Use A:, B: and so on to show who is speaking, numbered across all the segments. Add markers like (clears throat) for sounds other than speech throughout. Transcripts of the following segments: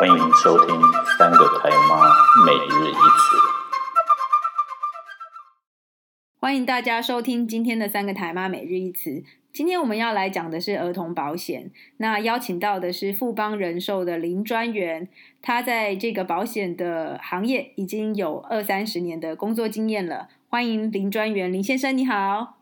A: 欢迎收听《三个台妈每日一词》。
B: 欢迎大家收听今天的三个台妈每日一词。今天我们要来讲的是儿童保险，那邀请到的是富邦人寿的林专员，他在这个保险的行业已经有二三十年的工作经验了。欢迎林专员，林先生你好。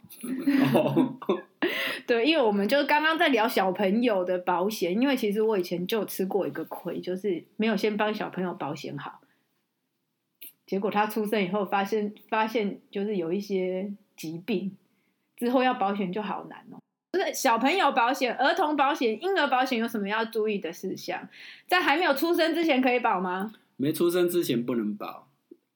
B: 对，因为我们就刚刚在聊小朋友的保险，因为其实我以前就有吃过一个亏，就是没有先帮小朋友保险好，结果他出生以后发现发现就是有一些疾病，之后要保险就好难哦。就是小朋友保险、儿童保险、婴儿保险有什么要注意的事项？在还没有出生之前可以保吗？
C: 没出生之前不能保，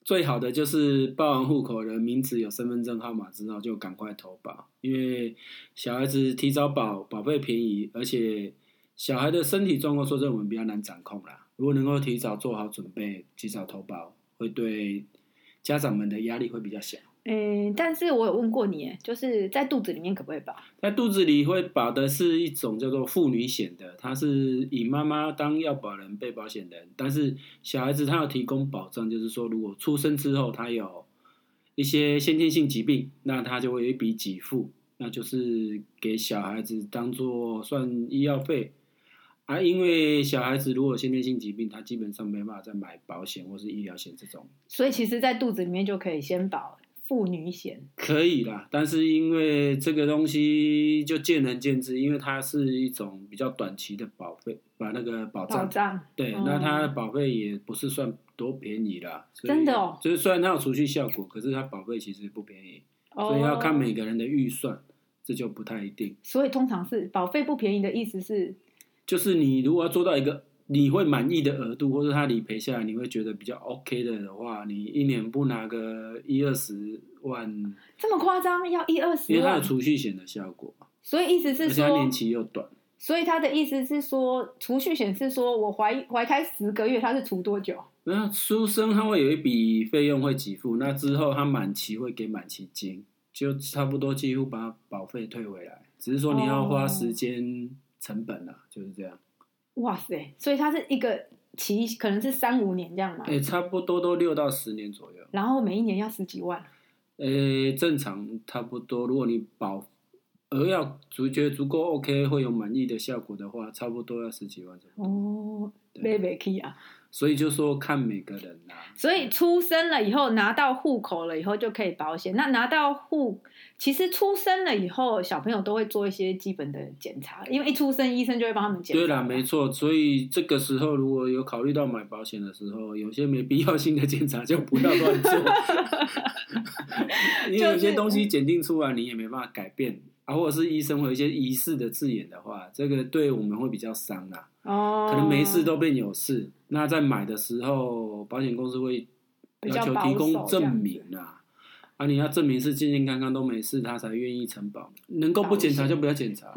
C: 最好的就是报完户口的名字有身份证号码之后就赶快投保，因为小孩子提早保，保费便宜，而且小孩的身体状况说真的我们比较难掌控啦。如果能够提早做好准备，及早投保，会对家长们的压力会比较小。
B: 嗯，但是我有问过你耶，就是在肚子里面可不可以保？
C: 在肚子里会保的是一种叫做妇女险的，它是以妈妈当要保人、被保险人，但是小孩子他要提供保障，就是说如果出生之后他有一些先天性疾病，那他就会有一笔给付，那就是给小孩子当做算医药费。啊，因为小孩子如果有先天性疾病，他基本上没办法再买保险或是医疗险这种。
B: 所以其实，在肚子里面就可以先保妇女险。
C: 可以啦，但是因为这个东西就见仁见智，因为它是一种比较短期的保费，把那个保障，
B: 保障
C: 对，
B: 嗯
C: 那它的保费也不是算多便宜啦，所以
B: 真的哦
C: 就是虽然它有储蓄效果，可是它保费其实不便宜，
B: 哦
C: 所以要看每个人的预算，这就不太一定。
B: 所以通常是保费不便宜的意思是，
C: 就是你如果要做到一个你会满意的额度，或者它理赔下来你会觉得比较 OK 的的话，你一年不拿个一二十万，
B: 这么夸张，要一二
C: 因
B: 十
C: 为它
B: 万
C: 有。储蓄险的效果嘛。
B: 所以意思
C: 而
B: 是
C: 且它
B: 说
C: 年，期又短，
B: 所以他的意思是说，储蓄险是说我怀怀胎十个月，他是储多久？
C: 那出生它会有一笔费用会给付，那之后它满期会给满期金，就差不多几乎把保费退回来，只是说你要花时间成本啦、啊
B: 哦
C: 就是这样。
B: 哇塞！所以它是一个期，可能是三五年这样嘛。
C: 哎、差不多都六到十年左右，
B: 然后每一年要十几万，
C: 呃、正常差不多。如果你保额要足觉得足够 OK，会有满意的效果的话，差不多要十几万左右。
B: 哦，
C: 对
B: 买不起啊！
C: 所以就说看每个人啊啦、
B: 所以出生了以后拿到户口了以后就可以保险。那拿到户，其实出生了以后，小朋友都会做一些基本的检查，因为一出生医生就会帮他们检查。
C: 对啦，没错，所以这个时候如果有考虑到买保险的时候，有些没必要性的检查就不要乱
B: (laughs)
C: 做，因为有些东西检定出来你也没办法改变啊，或者是医生会有一些疑似的字眼的话，这个对我们会比较伤啦，
B: 哦，
C: 可能没事都变有事。那在买的时候，保险公司会
B: 比较
C: 要求
B: 保守
C: 提供
B: 这样
C: 证明啊。啊，你要证明是健健康康都没事，他才愿意承保。能够不检查就不要检查。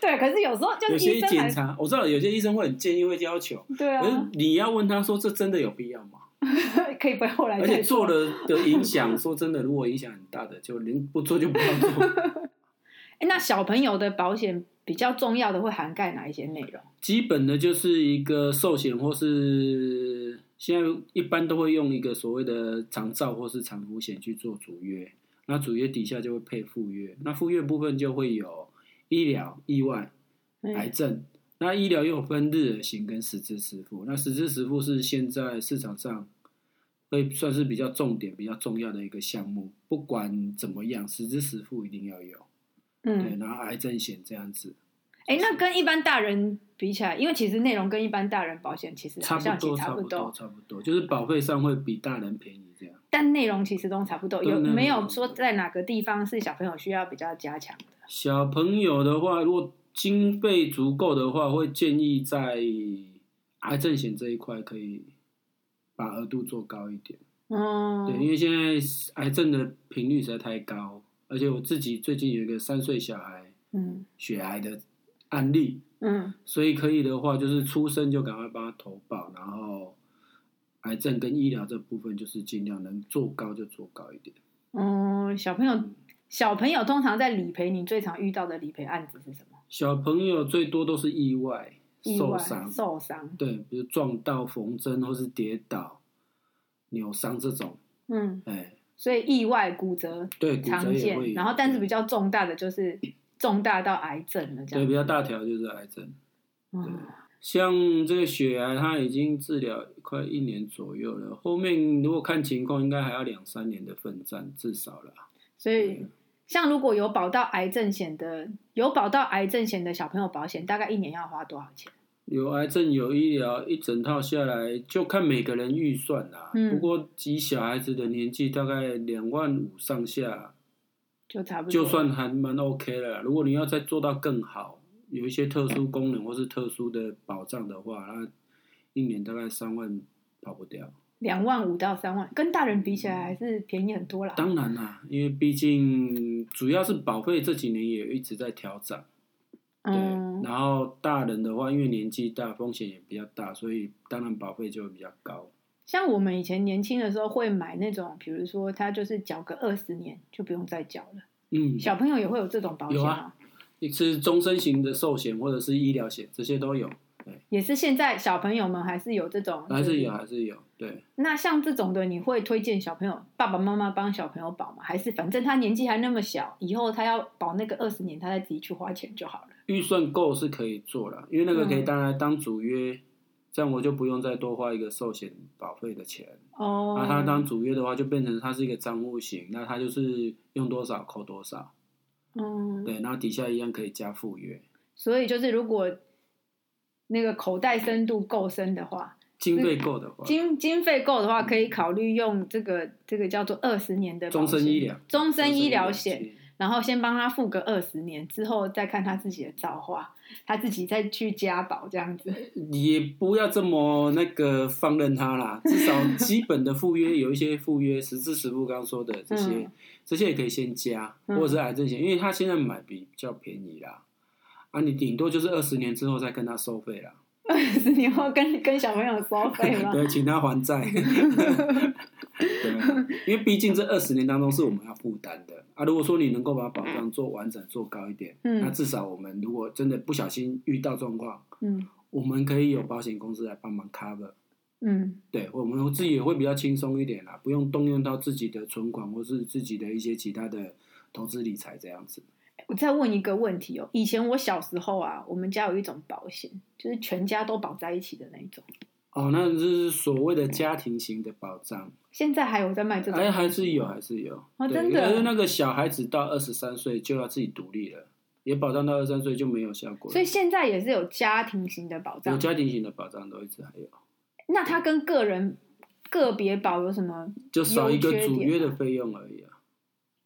B: 对，可是有时候就
C: 有
B: 是医
C: 些
B: 生还
C: 检查，我知道有些医生会很建议，会要求，
B: 对
C: 可是
B: 啊，
C: 你要问他说这真的有必要吗？
B: (laughs) 可以不要后来
C: 而
B: 再
C: 且
B: 说。
C: 做了的影响，说真的，如果影响很大的，就连不做就不要做。 (laughs)
B: 诶那小朋友的保险比较重要的会涵盖哪一些内容？
C: 基本的就是一个寿险，或是现在一般都会用一个所谓的长照或是产妇险去做主约，那主约底下就会配附约，那附约部分就会有医疗、意外、癌
B: 嗯，
C: 症。那医疗又有分日额型跟实支实付，那实支实付是现在市场上会算是比较重点、比较重要的一个项目。不管怎么样，实支实付一定要有。对，
B: 嗯，
C: 然后癌症险这样子
B: 哎、那跟一般大人比起来，因为其实内容跟一般大人保险其实
C: 差
B: 好像
C: 不
B: 其实
C: 多，
B: 差
C: 差
B: 不
C: 不多，差不多，就是保费上会比大人便宜这样。
B: 但内容其实都差不多。
C: 对
B: 有
C: 内容
B: 没
C: 差
B: 有
C: 不
B: 说
C: 多
B: 在哪个地方是小朋友需要比较加强的？
C: 小朋友的话，如果经费足够的话，会建议在癌症险这一块可以把额度做高一点。
B: 嗯，
C: 对，因为现在癌症的频率实在太高，而且我自己最近有一个三岁小孩
B: 嗯
C: 血癌的案例，
B: 嗯，
C: 所以可以的话，就是出生就赶快帮他投保，然后癌症跟医疗这部分就是尽量能做高就做高一点。
B: 嗯，小朋友，小朋友通常在理赔，你最常遇到的理赔案子是什么？
C: 小朋友最多都是意外，
B: 意
C: 受
B: 外
C: 伤，
B: 受伤，
C: 对，比如撞到缝针或是跌倒、扭伤这种，
B: 嗯，
C: 哎，
B: 所以意外骨折
C: 对，骨
B: 常
C: 折也会
B: 见，
C: 有。
B: 然后但是比较重大的就是 (coughs) 重大到癌症了这
C: 对
B: 样，
C: 比较大条就是癌症，
B: 嗯，
C: 像这个血癌，它已经治疗快一年左右了，后面如果看情况，应该还要两三年的奋战，至少啦。
B: 所以像如果有保到癌症险的，有保到癌症险的小朋友保险，大概一年要花多少钱？
C: 有癌症有医疗，一整套下来就看每个人预算啦。
B: 嗯
C: 不过以小孩子的年纪，大概两万五上下，
B: 就差不多，
C: 就算还蛮 OK 了啦。如果你要再做到更好，有一些特殊功能或是特殊的保障的话，那一年大概三万跑不掉。
B: 两万五到三万，跟大人比起来还是便宜很多啦。
C: 当然啦，因为毕竟主要是保费这几年也一直在调整，对。
B: 嗯，
C: 然后大人的话，因为年纪大，风险也比较大，所以当然保费就会比较高。
B: 像我们以前年轻的时候会买那种，比如说他就是缴个二十年就不用再缴了。
C: 嗯，
B: 小朋友也会有这种保险
C: 有
B: 吗
C: 啊？是终身型的寿险或者是医疗险，这些都有，
B: 也是现在小朋友们还是有这种，
C: 还
B: 就是
C: 有，还是有。对，
B: 那像这种的，你会推荐小朋友爸爸妈妈帮小朋友保吗？还是反正他年纪还那么小，以后他要保那个二十年，他再自己去花钱就好了？
C: 预算够是可以做了，因为那个可以
B: 嗯
C: 当来当主约，这样我就不用再多花一个寿险保费的钱。
B: 哦，
C: 那它啊当主约的话，就变成它是一个账户型，那它就是用多少扣多少。
B: 嗯，
C: 对，然后底下一样可以加附约，
B: 所以就是如果那个口袋深度够深的话，
C: 经费够的话，
B: 经经费够的话，可以考虑用这个这个叫做二十年的保
C: 终身
B: 险
C: 医疗
B: 终身医疗
C: 终
B: 险，
C: 身医
B: 然后先帮他付个二十年，之后再看他自己的造化，他自己再去加保这样子。 (laughs)
C: 疗险也不要这么那个放任它啦，至少基本的附约有一些附约，实质实付刚刚说的这些，
B: 嗯
C: 这些也可以先加，
B: 嗯
C: 或者是癌症险，因为它现在买比较便宜啦，啊，你顶多就是二十年之后再跟他收费啦，
B: 二十年后跟跟小朋友收费吗？
C: (laughs) 对，请他还债。对啊，因为毕竟这二十年当中是我们要负担的啊。如果说你能够把保障做完整、做高一点，
B: 嗯
C: 那至少我们如果真的不小心遇到状况，
B: 嗯
C: 我们可以有保险公司来帮忙 cover。
B: 嗯
C: 对，我们自己也会比较轻松一点啦，不用动用到自己的存款或是自己的一些其他的投资理财这样子。
B: (laughs) 我再问一个问题哦，以前我小时候啊，我们家有一种保险，就是全家都保在一起的那一种，
C: 哦，那就是所谓的家庭型的保障，
B: 现在还有在卖这种，
C: 哎，还是有，还是有。
B: 哦
C: 对
B: 真的
C: 可是那个小孩子到二十三岁就要自己独立了，也保障到二十三岁就没有效果了。
B: 所以现在也是有家庭型的保
C: 有
B: 障。
C: 家庭型的保障都一直还有，
B: 那它跟个人个别保有什么？
C: 就少一
B: 优
C: 个
B: 缺点
C: 主
B: 啊
C: 约的费用而已啊。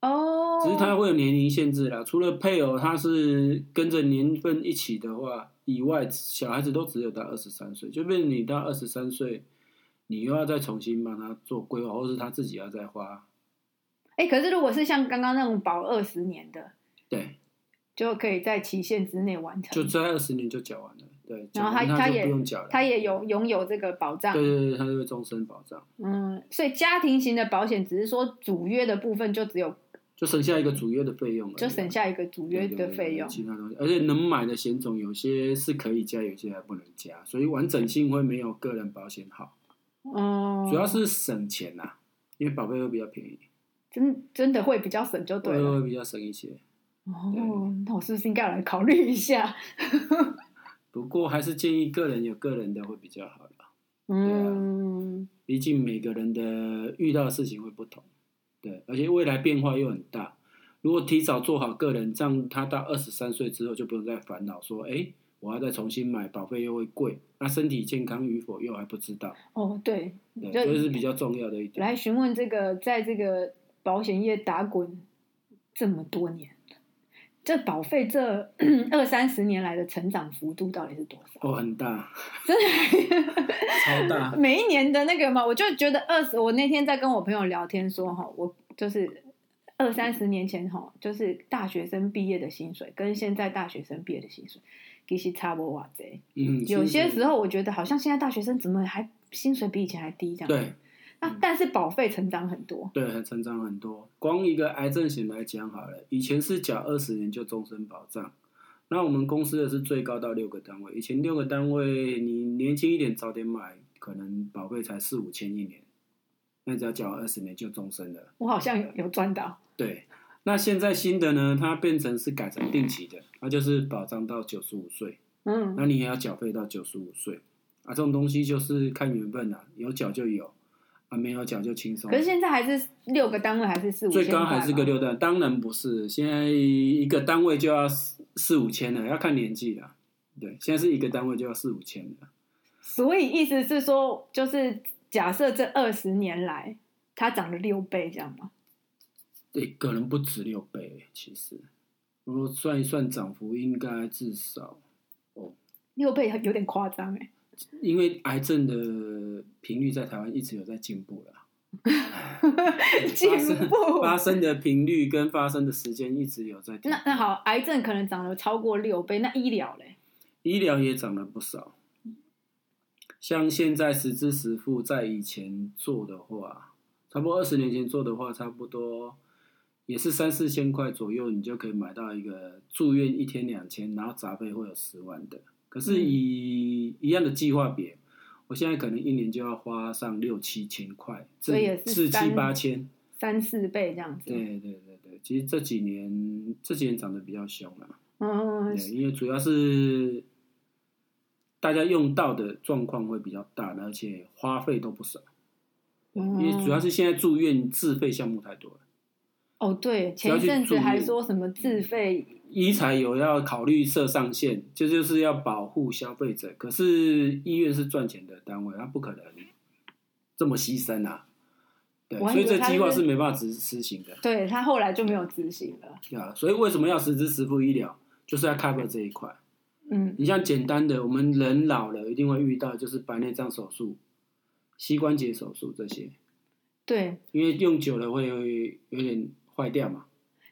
B: 哦，
C: 只是它会有年龄限制啦，除了配偶他是跟着年份一起的话以外，小孩子都只有到二十三岁，就变成你到二十三岁，你又要再重新帮他做规划，或是他自己要再花。
B: 哎、可是如果是像刚刚那种保二十年的，
C: 对，
B: 就可以在期限之内完
C: 就
B: 成，
C: 在二十年就缴完了，对，
B: 然后
C: 缴完
B: 他
C: 他就
B: 也
C: 不用缴了，
B: 他也有拥有这个保障
C: 对。对对，他就会终身保障，
B: 嗯，所以家庭型的保险只是说主约的部分就只有
C: 就省下一个主约的费用而已啊，
B: 就省下一个主约
C: 对对
B: 的
C: 对
B: 费用。
C: 其他东西，而且能买的险种有些是可以加，有些还不能加，所以完整性会没有个人保险好，
B: 嗯，
C: 主要是省钱呐、因为保费会比较便宜，
B: 真真的会比较省就对啊
C: 对，
B: 了。
C: 会比较省一些。
B: 哦，那我是不是应该来考虑一
C: (laughs)
B: 下？
C: 不过还是建议个人有个人的会比较好啦，啊
B: 嗯，
C: 毕竟每个人的遇到的事情会不同，对，而且未来变化又很大。如果提早做好个人，这样他到二十三岁之后就不用再烦恼说，哎，我要再重新买，保费又会贵，那身体健康与否又还不知道。
B: 哦，对，
C: 对，
B: 就
C: 嗯这是比较重要的一点。
B: 来询问这个，在这个保险业打滚这么多年，这保费这 (clears throat) 二三十年来的成长幅度到底是多少？
C: 哦，很大，
B: (laughs) 真的。
C: 超大。
B: 每一年的那个嘛，我就觉得二十，我那天在跟我朋友聊天说哈，我就是二三十年前哈，就是大学生毕业的薪水跟现在大学生毕业的薪水其实差不哇贼。
C: 嗯，
B: 有些时
C: 候
B: 候我觉得好像现在大学生怎么还薪水比以前还低这样。。
C: 对
B: 那但是保费成长很多，
C: 对，成长很多。光一个癌症险来讲好了，以前是缴二十年就终身保障，那我们公司的是最高到六个单位，以前六个单位，你年轻一点早点买，可能保费才四五千一年，那只要缴二十年就终身了。
B: 我好像有有赚到，
C: 对，那现在新的呢，它变成是改成定期的，它就是保障到九十五岁，
B: 嗯
C: 那你也要缴费到九十五岁啊。这种东西就是看缘分啦、有缴就有，啊没有缴就轻松
B: 可。是现在还是六个单位还是四五千
C: 最
B: 块
C: 高还是个
B: 吧
C: 六单，当然不是，现在一个单位就要四四五千了，要看年纪了。对，现在是一个单位就要四五千了。
B: 所以意思是说，就是假设这二十年来它涨了六倍，这样吗？
C: 对，可能不止六倍，欸其实，如果算一算涨幅，应该至少，
B: 六倍有点夸张哎，
C: 因为癌症的频率在台湾一直有在进步
B: (laughs)
C: 了，
B: 进步。
C: (laughs) 发生的频率跟发生的时间一直有在提
B: (laughs) 那那好，癌症可能涨了超过六倍，那医疗嘞？
C: 医疗也涨了不少。像现在实支实付，在以前做的话，差不多二十年前做的话，差不多也是三四千块左右，你就可以买到一个住院一天两千，然后杂费会有十万的。可是
B: 嗯
C: 以、一样的计划比，我现在可能一年就要花上六七千块，
B: 所以也是
C: 至七
B: 三
C: 八千。
B: 三四倍这样子。
C: 对对对对，其实这几年这几年涨得比较凶啊了、
B: 嗯，
C: 对，因为主要是大家用到的状况会比较大，而且花费都不少。
B: 因嗯
C: 因为主要是现在住院自费项目太多了，
B: 哦，对，
C: 主
B: 前
C: 要
B: 一
C: 去嗯
B: 阵
C: 住
B: 子还
C: 院
B: 说什么自费，
C: 医材有要考虑设上限，这就是要保护消费者。可是医院是赚钱的单位，他不可能这么牺牲啊。对，
B: 我还
C: 所以
B: 以为
C: 这
B: 他
C: 计划
B: 是
C: 是没办法执实行的。
B: 对他后来就没有执行了。
C: 对啊，所以为什么要实支实付医疗，就是要 cover 这一块。
B: 嗯，
C: 你像简单的，我们人老了一定会遇到，就是白内障手术、膝关节手术这些，
B: 对，
C: 因为用久了会有点坏掉嘛，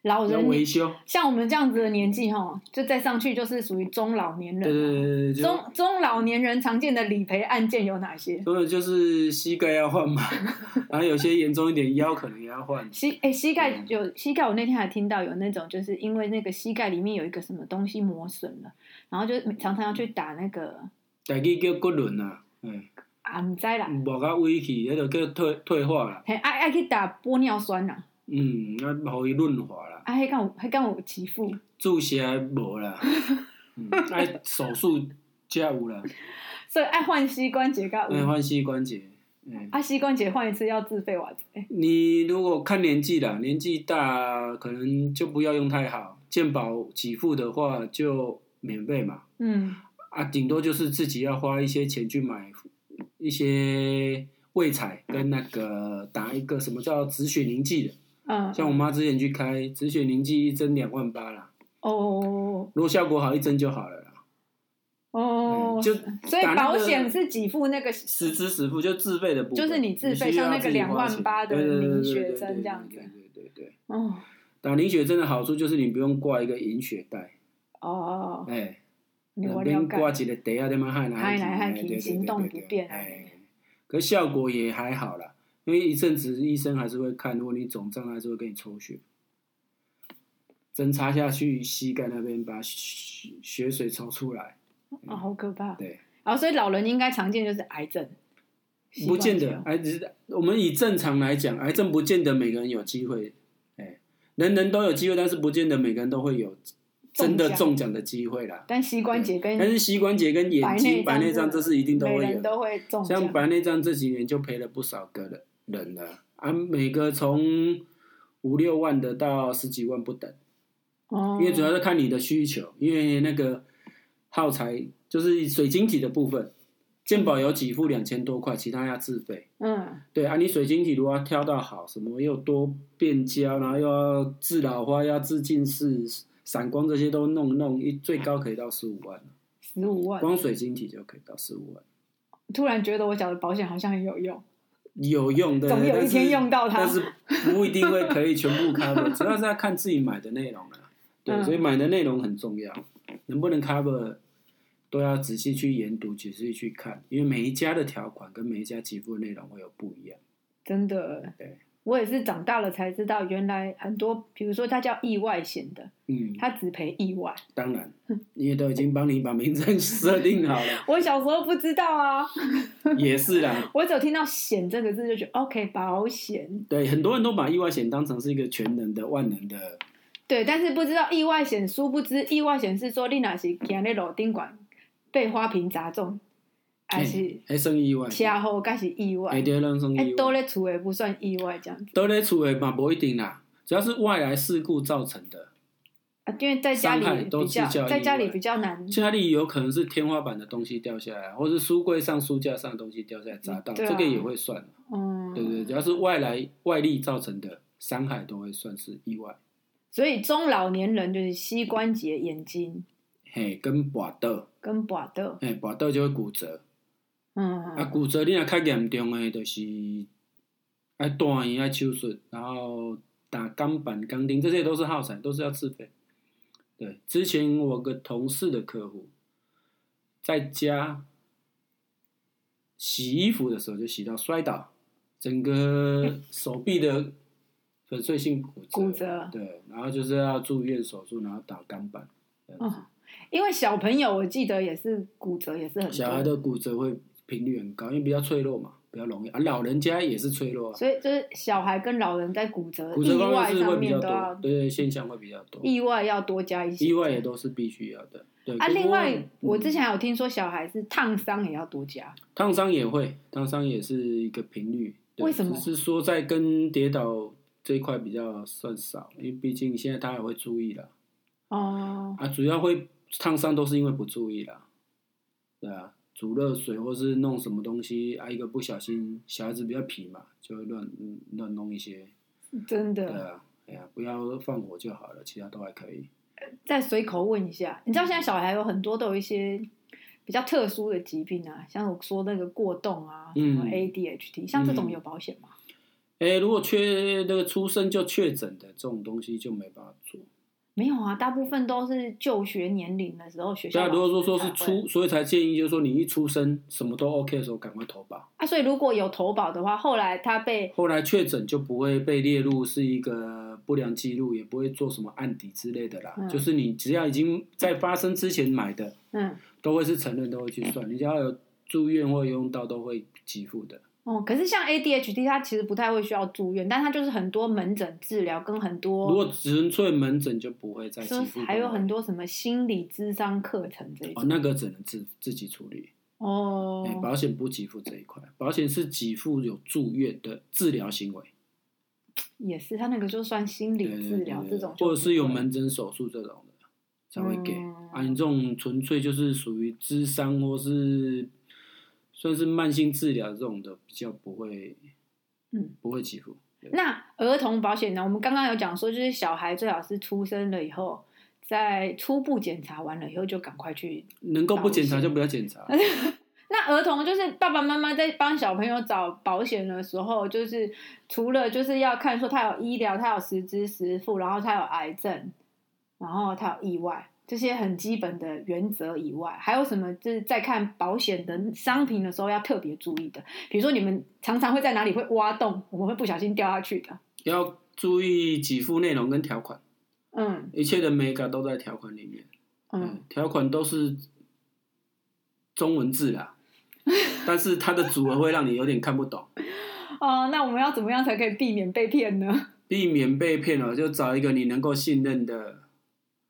B: 老
C: 要
B: 人
C: 维修。
B: 像我们这样子的年纪哈，就再上去就是属于中老年人
C: 对对
B: 了。
C: 对对，就
B: 中中老年人常见的理赔案件有哪些？
C: 所以就是膝盖要换嘛，然后有些严重一点腰可能也要换。
B: 膝哎、膝盖
C: 对啊
B: 有膝盖，我那天还听到有那种，就是因为那个膝盖里面有一个什么东西磨损了，然后就常常要
C: 嗯
B: 去打那个
C: 大家叫骨轮啊，嗯，
B: 啊，唔知啦，
C: 无甲歪去，迄就叫退退化啦，
B: 还爱爱去打玻尿酸啦，
C: 嗯，啊，互伊润滑啦，
B: 啊，还干我还干我媳妇，
C: 注射无啦，嗯，啊，手术才有啦，
B: 所以爱换膝关节干
C: 嗯，换膝关节，嗯。
B: 啊，膝关节换一次要自费哇，哎、
C: 你如果看年纪啦，年纪大可能就不要用太好，健保给付的话就免费嘛，
B: 嗯，
C: 啊，顶多就是自己要花一些钱去买一些胃彩跟那个打一个什么叫止血凝剂的，
B: 嗯，
C: 像我妈之前去开止血凝剂一针两万八啦，
B: 哦
C: 如果效果好一针就好了啦，
B: 哦，
C: 嗯就
B: 所以
C: 打那
B: 保
C: 个
B: 险是给付那个
C: 实支实付就自费的部分，
B: 就是你自费
C: 需要
B: 像那个
C: 自己花钱
B: 28,000的
C: 对对对对
B: 凝血
C: 对对
B: 针
C: 对
B: 这样子
C: 对对对对对。
B: 哦
C: 打凝血针的好处就是你不用挂一个引血带，
B: 哦，
C: 哎、
B: 你我
C: 不
B: 了
C: 用挂
B: 解，
C: 一个袋啊，在那害来
B: 害来害去
C: 对对对
B: 行动不便啊
C: 对对对哎，可效果也还好啦，因为一阵子医生还是会看，如果你肿胀，还是会给你抽血，针插下去膝盖那边把血血水抽出来，
B: 哦，好可怕，
C: 对，
B: 然后所以老人应该常见就是癌症，膝
C: 不
B: 关
C: 见
B: 节哦
C: 得，癌只是我们以正常来讲，癌症不见得每个人有机会，哎，人人都有机会，但是不见得每个人都会有真的
B: 中奖
C: 中奖的机会啦。
B: 但膝关节跟
C: 但是膝关节跟眼睛、白内障，这是一定都
B: 每
C: 会有
B: 人
C: 的。
B: 都会中奖
C: 像白内障这几年就赔了不少个人人了啊，每个从五六万的到十几万不等，
B: 哦，
C: 因为主要是看你的需求，因为那个耗材就是水晶体的部分，健保有给付两千多块，其他要自费。
B: 嗯
C: 对啊，你水晶体如果要挑到好，什么又多变焦，然后又要治老花，又要治近视、散光这些都弄一弄，一最高可以到十五万。
B: 十五万，
C: 光水晶体就可以到十五万，
B: 突然觉得我缴的保险好像很有用，
C: 有用的，
B: 总有一天
C: 但是
B: 用到它
C: 但是不一定会可以全
B: (laughs)
C: 部 cover，主要是要看自己买的内容啊。对，
B: 嗯
C: 所以买的内容很重要，能不能 cover 都要仔细去研读、仔细去看，因为每一家的条款跟每一家给付的内容会有不一样。
B: 真的
C: 对，
B: 我也是长大了才知道，原来很多，比如说它叫意外险的，
C: 嗯，
B: 它只赔意外。
C: 当然，
B: 嗯
C: 因为都已经帮你把名称设定好
B: (laughs)
C: 了，
B: 我小时候不知道啊，
C: 也是啦。
B: 我只有听到“险”这个字就觉得 OK 保险，
C: 对，很多人都把意外险当成是一个全能的、万能的，
B: 对，但是不知道意外险，殊不知意外险是说你若是行在楼顶管被花瓶砸中，还啊是
C: 还哎生意外，
B: 车祸，该是意外
C: 哎，，对，让生
B: 哎
C: 意，
B: 都
C: 外，
B: 在厝也不算意外这样子
C: 都在厝的欸嘛，不一定啦，只要是外来事故造成的，
B: 啊，因为在家
C: 伤害
B: 里
C: 都
B: 比
C: 是
B: 较
C: 叫意外
B: 在家里比较难，
C: 家里有可能是天花板的东西掉下来，或是书柜上、书架上的东西掉下来砸到，
B: 对啊
C: 这个也会算。
B: 嗯，
C: 对对，对只要是外来外力造成的伤害，都会算是意外。
B: 所以中老年人就是膝关节、眼睛
C: 嘿，跟跋倒，
B: 跟脖的，
C: 嘿，跋倒就会骨折。啊，
B: 嗯，
C: 骨折你若较严重诶，就是爱住院、爱手术，然后打钢板、钢钉，这些都是耗材，都是要自费。对，之前我个同事的客户，在家洗衣服的时候就洗到摔倒，整个手臂的粉碎性骨折。
B: 骨折
C: 对，然后就是要住院手术，然后打钢板。这样子
B: 哦因为小朋友我记得也是骨折，也是很
C: 小孩
B: 多，
C: 的骨折会频率很高，因为比较脆弱嘛，比较容易啊。老人家也是脆弱、啊，
B: 所以就是小孩跟老人在骨折、
C: 骨
B: 意
C: 折方面
B: 外
C: 是会
B: 上
C: 比
B: 面
C: 较
B: 都
C: 多
B: 要，
C: 对对，现象会比较多。
B: 意外要多加一些，
C: 意外也都是必须要的，对
B: 啊。
C: 不过
B: 另外，我之
C: 嗯
B: 前有听说小孩是烫伤也要多加，
C: 烫伤也会，烫伤也是一个频率。对
B: 为什么
C: 只是说在跟跌倒这一块比较算少，因为毕竟现在他也会注意啦。
B: 哦，
C: 啊，主要会烫伤都是因为不注意啦，对啊，煮热水或是弄什么东西啊，一个不小心，小孩子比较皮嘛，就会乱嗯乱弄一些，
B: 真
C: 对
B: 的。
C: 啊，哎呀，不要放火就好了，其他都还可以。
B: 再随口问一下，你知道现在小孩有很多都有一些比较特殊的疾病啊，像我说那个过动啊，什
C: 嗯
B: 么 ADHD，、像这种
C: 嗯
B: 有保险吗？
C: 哎，如果确那个出生就确诊的这种东西就没办法做。
B: 没有啊，大部分都是就学年龄的时候，学
C: 对
B: 校
C: 啊，
B: 老师
C: 如果说说是
B: 才会
C: 出，所以才建议就是说你一出生什么都 OK 的时候赶快投保。
B: 啊，所以如果有投保的话，后来他被
C: 后来确诊就不会被列入是一个不良记录，也不会做什么案底之类的啦。
B: 嗯
C: 就是你只要已经在发生之前买的，
B: 嗯
C: 都会是承认，都会去算。你只要有住院或用到，都会给付的。
B: 哦，可是像 ADHD，他其实不太会需要住院，但他就是很多门诊治疗跟很多，
C: 如果纯粹门诊就不会再
B: 哦说
C: 给付的。
B: 还有很多什么心理咨商课程这一
C: 哦，
B: 种
C: 那个只能自自己处理。
B: 哦
C: 哎，保险不给付这一块，保险是给付有住院的治疗行为，
B: 也是他那个就算心
C: 对
B: 理
C: 对对
B: 治疗
C: 对
B: 这种就不会，
C: 或者是有门诊手术这种的才会给。
B: 嗯
C: 啊，你这种纯粹就是属于智商或是算是慢性治疗这种的，比较不会，
B: 嗯，
C: 不会给付。对
B: 那儿童保险呢？我们刚刚有讲说，就是小孩最好是出生了以后，在初步检查完了以后就赶快去。
C: 能够不检查
B: 保险
C: 就不要
B: (laughs)
C: 检查。
B: 那儿童就是爸爸妈妈在帮小朋友找保险的时候，就是除了就是要看说他有医疗，他有实支实付，然后他有癌症，然后他有意外这些很基本的原则以外，还有什么就是在看保险的商品的时候要特别注意的？比如说你们常常会在哪里会挖洞，我们会不小心掉下去的。
C: 要注意给付内容跟条款，
B: 嗯
C: 一切的美感都在条款里面。
B: 嗯，，
C: 条款都是中文字
B: (laughs)
C: 啦，但是它的组合会让你有点看不懂，
B: 哦，那我们要怎么样才可以避免被骗呢？ (laughs)
C: 避免被骗了，就找一个你能够信任的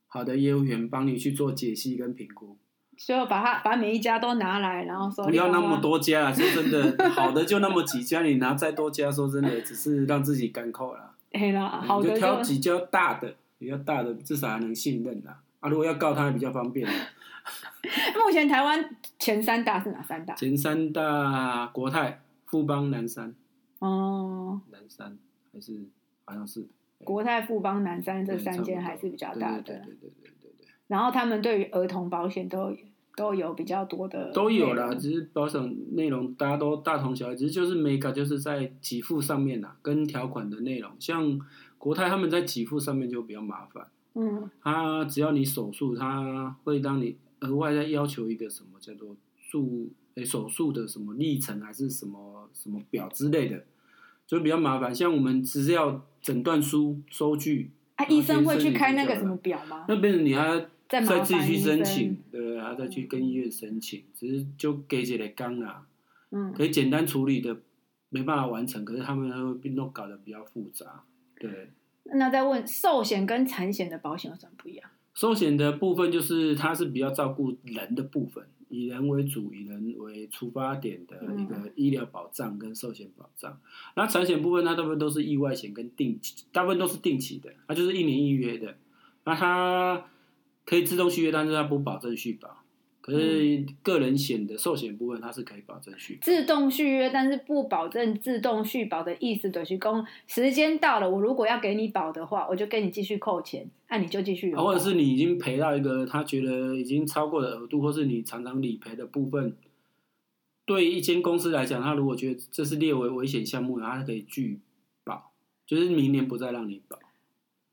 C: 好的业务员帮你去做解析跟评估。
B: 就把它把每一家都拿来，然后说
C: 不要那么。多家啊！说
B: (laughs)
C: 真的，好的就那么几家，你拿再多家，说真的，只是让自己干扣啦。
B: 嘿啦，好
C: 嗯你
B: 的
C: 就挑
B: 就
C: 几家大的，比较大的，至少还能信任啦。啊，如果要告他，比较方便。
B: (laughs) 目前台湾前三大是哪三大？
C: 前三大国泰、富邦、南山，
B: 哦，
C: 南山还是好像是
B: 国泰、富邦、南山这
C: 对差
B: 三
C: 不多
B: 间还是比较大的。
C: 对对对对对对对对，
B: 然后他们对于儿童保险都都有比较多的
C: 都有
B: 内
C: 啦。
B: 容
C: 只是保险内容大家都大同小异，只是就是 mega 就是在给付上面啦，跟条款的内容，像国泰他们在给付上面就比较麻烦。
B: 嗯
C: 他只要你手术，他会让你额外再要求一个什么叫做住诶、手术的什么历程还是什么什么表之类的，就比较麻烦。像我们只是要诊断书、收据，
B: 啊，医生会去开那个什么表吗？
C: 那边你还
B: 啊再麻
C: 再
B: 烦
C: 自己去
B: 医
C: 申
B: 生
C: 请，，对，还要再去跟医院申请，只是就给起来刚啦，
B: 嗯，
C: 啊可以简单处理的没办法完成，可是他们还会弄搞得比较复杂。对，
B: 那再问寿险跟产险的保险有什么不一样？
C: 寿险的部分就是它是比较照顾人的部分，以人为主，以人为出发点的一个医疗保障跟寿险保障。那产险部分，它大部分都是意外险跟定期，大部分都是定期的，它就是一年一约的。那它可以自动续约，但是它不保证续保。可是个人险的寿险部分，它是可以保证续保。
B: 自动续约，但是不保证自动续保的意思，就是公时间到了，我如果要给你保的话，我就跟你继续扣钱，那、你就继续有保
C: 啊或者是你已经赔到一个他觉得已经超过了额度，或是你常常理赔的部分，对一间公司来讲，他如果觉得这是列为危险项目，他可以拒保，就是明年不再让你保，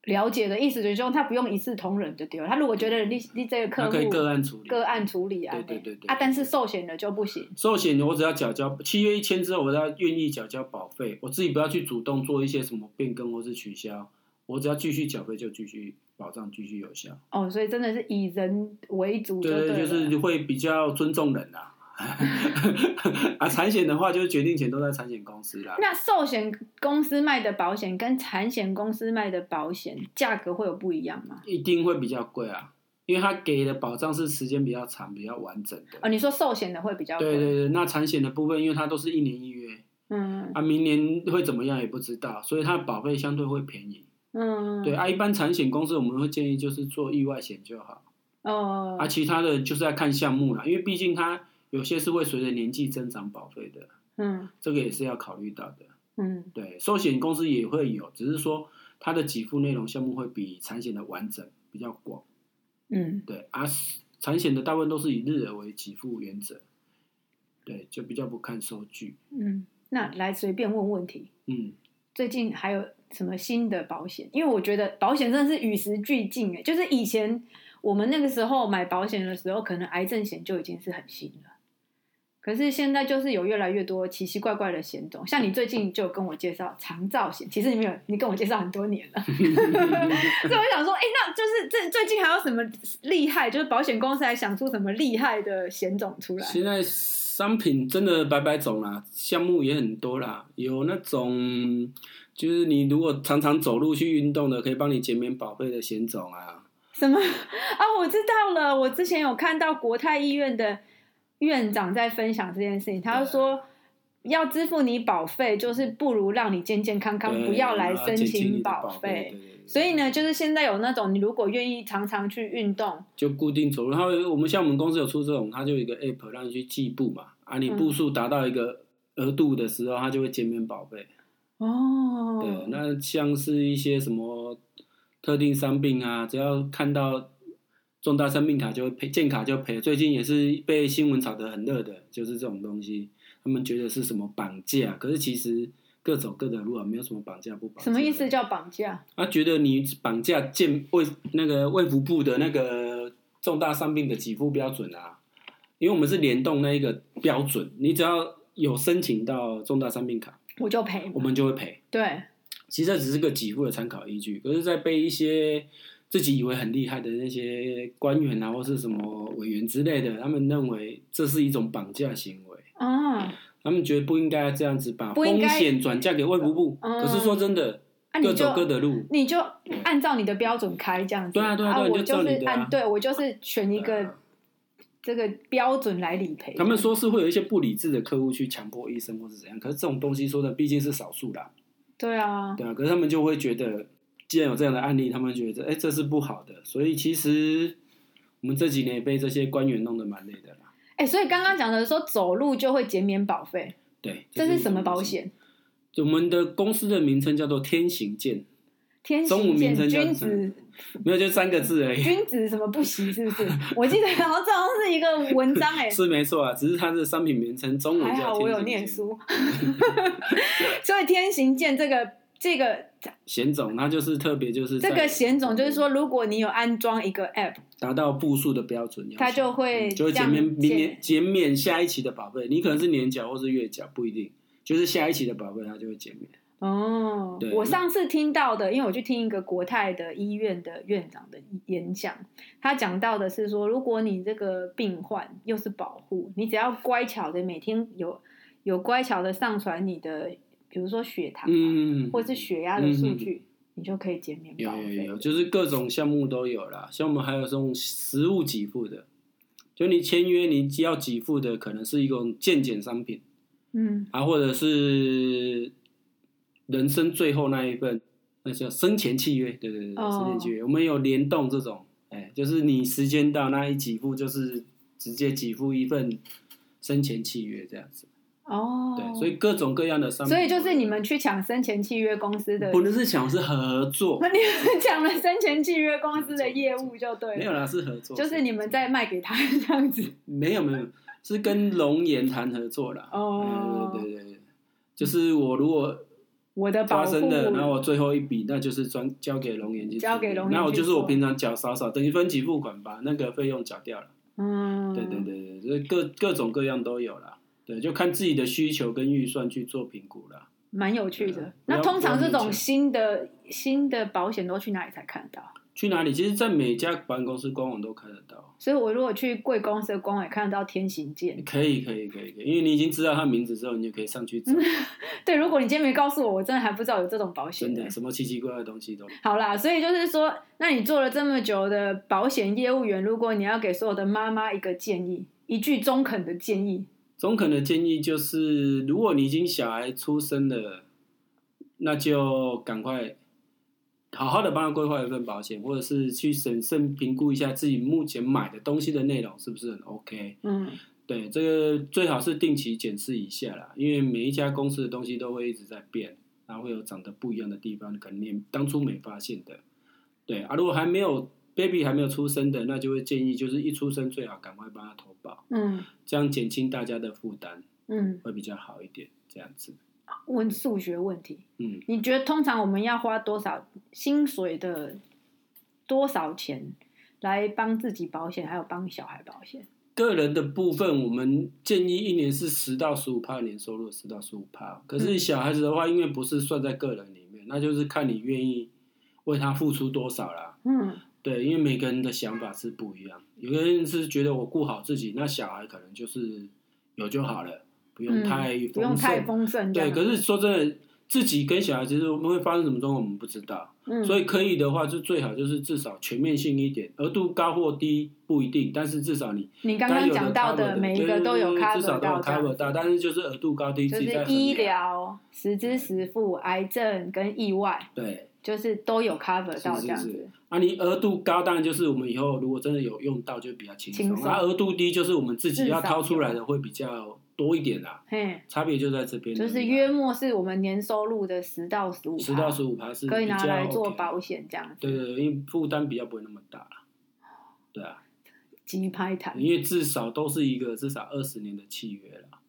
B: 了解的意思，就是说他不用一视同仁就对了。他如果觉得你你这个
C: 他
B: 客
C: 可以
B: 户
C: 个案处理。
B: 个案处理啊，
C: 对对对对
B: 啊，但是寿险的就不行。
C: 寿险我只要缴交契约一签之后，我只要愿意缴交保费，我自己不要去主动做一些什么变更或是取消，我只要继续缴费就继续保障继续有效。
B: 哦，所以真的是以人为主就
C: 对，
B: 了
C: 就是会比较尊重人啦、 (laughs) 啊。产险的话，就是决定权都在产险公司啦。
B: 那寿险公司卖的保险跟产险公司卖的保险价格会有不一样吗？
C: 一定会比较贵啊，因为它给的保障是时间比较长、比较完整的。
B: 哦，你说寿险的会比较贵，
C: 对对对，那产险的部分，因为它都是一年一约，
B: 嗯
C: 啊，明年会怎么样也不知道，所以它的保费相对会便宜。
B: 嗯，
C: 对啊，一般产险公司我们会建议就是做意外险就好，
B: 哦，
C: 啊，其他的就是要看项目啦，因为毕竟它有些是会随着年纪增长保费的，
B: 嗯
C: 这个也是要考虑到的。
B: 嗯
C: 对，寿险公司也会有，只是说它的给付内容项目会比产险的完整，比较广。
B: 嗯，
C: 对啊，产险的大部分都是以日额为给付原则，对，就比较不看收据。
B: 嗯，那来随便问问题，
C: 嗯，
B: 最近还有什么新的保险？因为我觉得保险真的是与时俱进诶，就是以前我们那个时候买保险的时候，可能癌症险就已经是很新了。可是现在就是有越来越多奇奇怪怪的险种，像你最近就跟我介绍长照险，其实你没有，你跟我介绍很多年了，所 (laughs) 以我想说，哎、那就是这最近还有什么厉害？就是保险公司还想出什么厉害的险种出来？
C: 现在商品真的百百种啦，项目也很多啦，有那种就是你如果常常走路去运动的，可以帮你减免保费的险种啊。
B: 什么 (laughs) 啊？我知道了，我之前有看到国泰医院的院长在分享这件事情，他就说要支付你保费，就是不如让你健健康康，
C: 对
B: 不要来
C: 然后
B: 申
C: 减轻你
B: 请
C: 的
B: 保
C: 保费。
B: 费。
C: 对对对
B: 所以呢，就是现在有那种你如果愿意常常去运动，
C: 就固定走路。它会我们像我们公司有出这种，它就有一个 app 让你去计步嘛，啊，你
B: 嗯
C: 步数达到一个额度的时候，它就会减免保费。
B: 哦，
C: 对，那像是一些什么特定伤病啊，只要看到重大生病卡就会赔，健卡就赔。最近也是被新闻炒得很热的，就是这种东西，他们觉得是什么绑架，可是其实各走各的路啊，没有什么绑架不绑架。
B: 什么意思？？叫绑架？
C: 他、觉得你绑架健卫那个卫福部的那个重大伤病的给付标准啊，因为我们是联动那一个标准，你只要有申请到重大伤病卡，
B: 我就赔
C: 我。们就会赔。
B: 对，
C: 其实这只是个给付的参考依据，可是，在被一些自己以为很厉害的那些官员啊，或是什么委员之类的，他们认为这是一种绑架行为，
B: 啊，
C: 他们觉得不应该这样子把
B: 不应
C: 风
B: 该
C: 险转嫁给卫福部。
B: 嗯
C: 可是说真的，
B: 啊
C: 各
B: 你
C: 走
B: 就
C: 各的路，
B: 你就按照你的标准开这样子。
C: 对啊对啊对啊
B: 我
C: 你就照
B: 是
C: 你的啊
B: 按，对我就是选一
C: 对
B: 个
C: 啊
B: 这个标准来理赔。
C: 他们说是会有一些不理智的客户去强迫医生或是怎样，可是这种东西说的毕竟是少数啦，
B: 对啊，
C: 对啊，可是他们就会觉得，既然有这样的案例，他们觉得哎、这是不好的，所以其实我们这几年也被这些官员弄得蛮累的啦。
B: 哎、所以刚刚讲的说走路就会减免保费，
C: 对，
B: 这
C: 一
B: 是
C: 种
B: 什么保
C: 东西？
B: 险？
C: 我们的公司的名称叫做天行健，
B: 天
C: 中
B: 行
C: 文名
B: 健
C: 称叫
B: 君子，
C: 没有就三个字而
B: (laughs)
C: 已，
B: 君子什么不行是不
C: (laughs)
B: 是？我记得好像这好像是一个文章哎、
C: 是没错啊，只是它的商品名称中文
B: 还
C: 叫
B: 好
C: 天
B: 我有
C: 行
B: 念
C: 健。
B: 书， (laughs) 所以天行健这个这个
C: 险种它就是特别就是
B: 这
C: 在
B: 个险种，就是说如果你有安装一个 app，
C: 达到步数的标准要求，
B: 它就会
C: 嗯就会减
B: 降
C: 免明年
B: 减
C: 减免下一期的保费，你可能是年缴或是月缴不一定，就是下一期的保费它就会减免。
B: 哦
C: 对，
B: 我
C: 那
B: 上次听到的，因为我去听一个国泰的医院的院长的演讲，他讲到的是说，如果你这个病患又是保护，你只要乖巧的每天有有乖巧的上传你的，比如说血糖、啊
C: 嗯，
B: 或者是血压的数据，你就可以减免
C: 有
B: 保
C: 有
B: 费。
C: 有，就是各种项目都有啦。像我们还有这种实物给付的，就你签约你要给付的可能是一种健检商品
B: 嗯
C: 啊，或者是人生最后那一份，那叫生前契约。对对对，对
B: 哦
C: 生前契约，我们有联动这种，哎，就是你时间到那一给付就是直接给付一份生前契约这样子。
B: 哦，
C: 对，所以各种各样的商品，
B: 所以就是你们去抢生前契约公司的，
C: 不能是想是合作
B: 那， (laughs) 你们抢了生前契约公司的业务就对
C: 没有
B: 了，
C: 啦，是合作，
B: 就是你们在卖给他这样子。
C: 没有没有，是跟龙岩谈合作啦。
B: 哦
C: 哎对对对对，就是我如果
B: 我的保
C: 发
B: 护，
C: 生的，然后我最后一笔，那就是专交给龙岩去处理，
B: 交给龙岩
C: 那我就是
B: 去做
C: 我平常缴少少，等于分期付款把那个费用缴掉了。
B: 嗯，
C: 对对，对对，所以各各种各样都有啦。对，就看自己的需求跟预算去做评估啦。
B: 蛮有趣
C: 对
B: 的
C: 啊。
B: 那
C: 不要
B: 通常这
C: 不要勉
B: 种
C: 强
B: 新的新的保险都去哪里才看得到？
C: 去哪里？其实，在每家保险公司官网都看得到。
B: 所以我如果去贵公司的官网也看得到天行健。 (laughs)
C: 可以可以可以可以，因为你已经知道他名字之后，你就可以上去找。
B: 对，如果你今天没告诉我，我真的还不知道有这种保险呢
C: 真的，。什么奇奇怪怪的东西都有。
B: 好啦，所以就是说，那你做了这么久的保险业务员，如果你要给所有的妈妈一个建议，一句中肯的建议，
C: 中肯的建议就是，如果你已经小孩出生了，那就赶快好好的帮他规划一份保险，或者是去审慎评估一下自己目前买的东西的内容是不是很 OK。
B: 嗯
C: 对，这个最好是定期检视一下啦，因为每一家公司的东西都会一直在变，然后会有长得不一样的地方，可能你当初没发现的。对啊，如果还没有 baby 还没有出生的，那就会建议就是一出生最好赶快帮他投保，
B: 嗯
C: 这样减轻大家的负担。
B: 嗯，
C: 会比较好一点，这样子。
B: 问数学问题，
C: 嗯，
B: 你觉得通常我们要花多少薪水的多少钱来帮自己保险，还有帮小孩保险？
C: 个人的部分，我们建议一年是十到十五帕年收入，十到十五帕。可是小孩子的话，因为不是算在个人里面，那就是看你愿意为他付出多少啦。
B: 嗯
C: 对，因为每个人的想法是不一样，有的人是觉得我顾好自己，那小孩可能就是有就好了，不用
B: 嗯，
C: 太
B: 不用
C: 丰
B: 太
C: 盛。
B: 丰盛这
C: 对，
B: 样。
C: 可是说真的，自己跟小孩子我们会发生什么状况，我们不知道。
B: 嗯，
C: 所
B: 以
C: 以可以的话，就最好就是至少全面性一点，额度高或低不一定，但是至少你
B: 你刚刚
C: 有
B: 讲到
C: 到
B: 的
C: 的
B: 每一个都有
C: 对对对
B: cover
C: 至少都有
B: 到这样
C: cover 到，但是就是额度高低
B: 就
C: 自己在
B: 是
C: 衡量
B: 医疗、实支实付、癌症跟意外，
C: 对。
B: 就是都有 cover 到
C: 是是
B: 这样
C: 是
B: 子。
C: 啊，你额度高，当然就是我们以后如果真的有用到，就比较轻
B: 轻
C: 松。
B: 松
C: 那额度低，就是我们自己要
B: 至少
C: 掏出来的会比较多一点啦，
B: 嘿，
C: 差别就在这边而已
B: 就
C: 啦。
B: 是约莫是我们年收入的十到十五，
C: 十到十五趴是
B: 可以拿
C: 比较
B: 来做
C: OK 的
B: 保险这样子。
C: 对，对对，因为负担比较不会那么大啦。对啊，
B: 鸡拍谈。
C: 因为至少都是一个至少二十年的契约啦。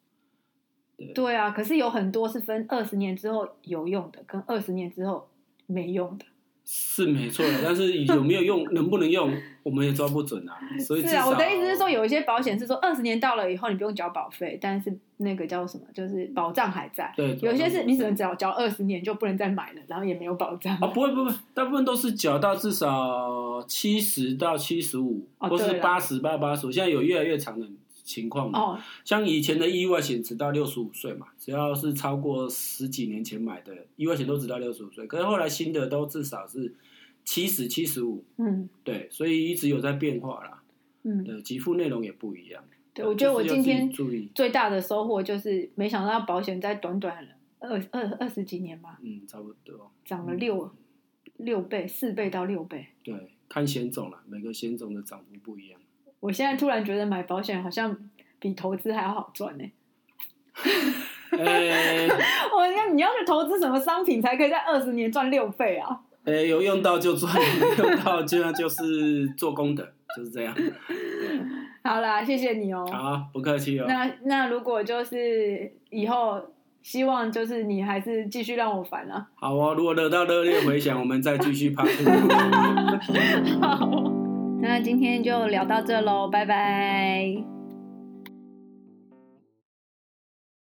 B: 对啊，可是有很多是分二十年之后有用的，跟二十年之后没用的。
C: 是没错的，但是有没有用，能不能用，我们也抓不
B: (laughs)
C: 准啊。所以至
B: 是啊，
C: 少
B: 我的意思是说，，有一些保险是说二十年到了以后你不用缴保费，但是那个叫什么，就是保障还在。
C: 对，
B: 有些是你只能缴缴二十年就不能再买了，然后也没有保障。
C: 啊，不会不会，大部分都是缴到至少七十到七十五，
B: 哦
C: 或
B: 对
C: 是
B: 啦
C: 八十八八十五，现在有越来越长的情况嘛。
B: 哦，
C: 像以前的意外险只到六十五岁嘛，只要是超过十几年前买的意外险都只到六十五岁，可是后来新的都至少是七十七十五，
B: 嗯
C: 对，所以一直有在变化啦。呃
B: 嗯，
C: 对，给付内容也不一样。
B: 对，我觉得我
C: 就是
B: 今
C: 要自己
B: 天
C: 注意，
B: 最大的收获就是，没想到保险在短短二二二十几年嘛，
C: 嗯，差不多。
B: 涨了六六倍，四倍到六倍。
C: 对，看险种啦，每个险种的涨幅不一样。
B: 我现在突然觉得买保险好像比投资还要好赚呢、
C: 哎、
B: 我那你要去投资什么商品才可以在二十年赚六倍啊？
C: 哎、有用到就赚，没用到就就是做功德，就是这样。
B: 好啦，谢谢你哦、
C: 好，不客气哦。
B: 那那如果就是以后希望就是你还是继续让我烦啊。
C: 好哦，如果得到热烈回响，我们再继续 (laughs) 拍。
B: 那今天就聊到这喽，拜拜。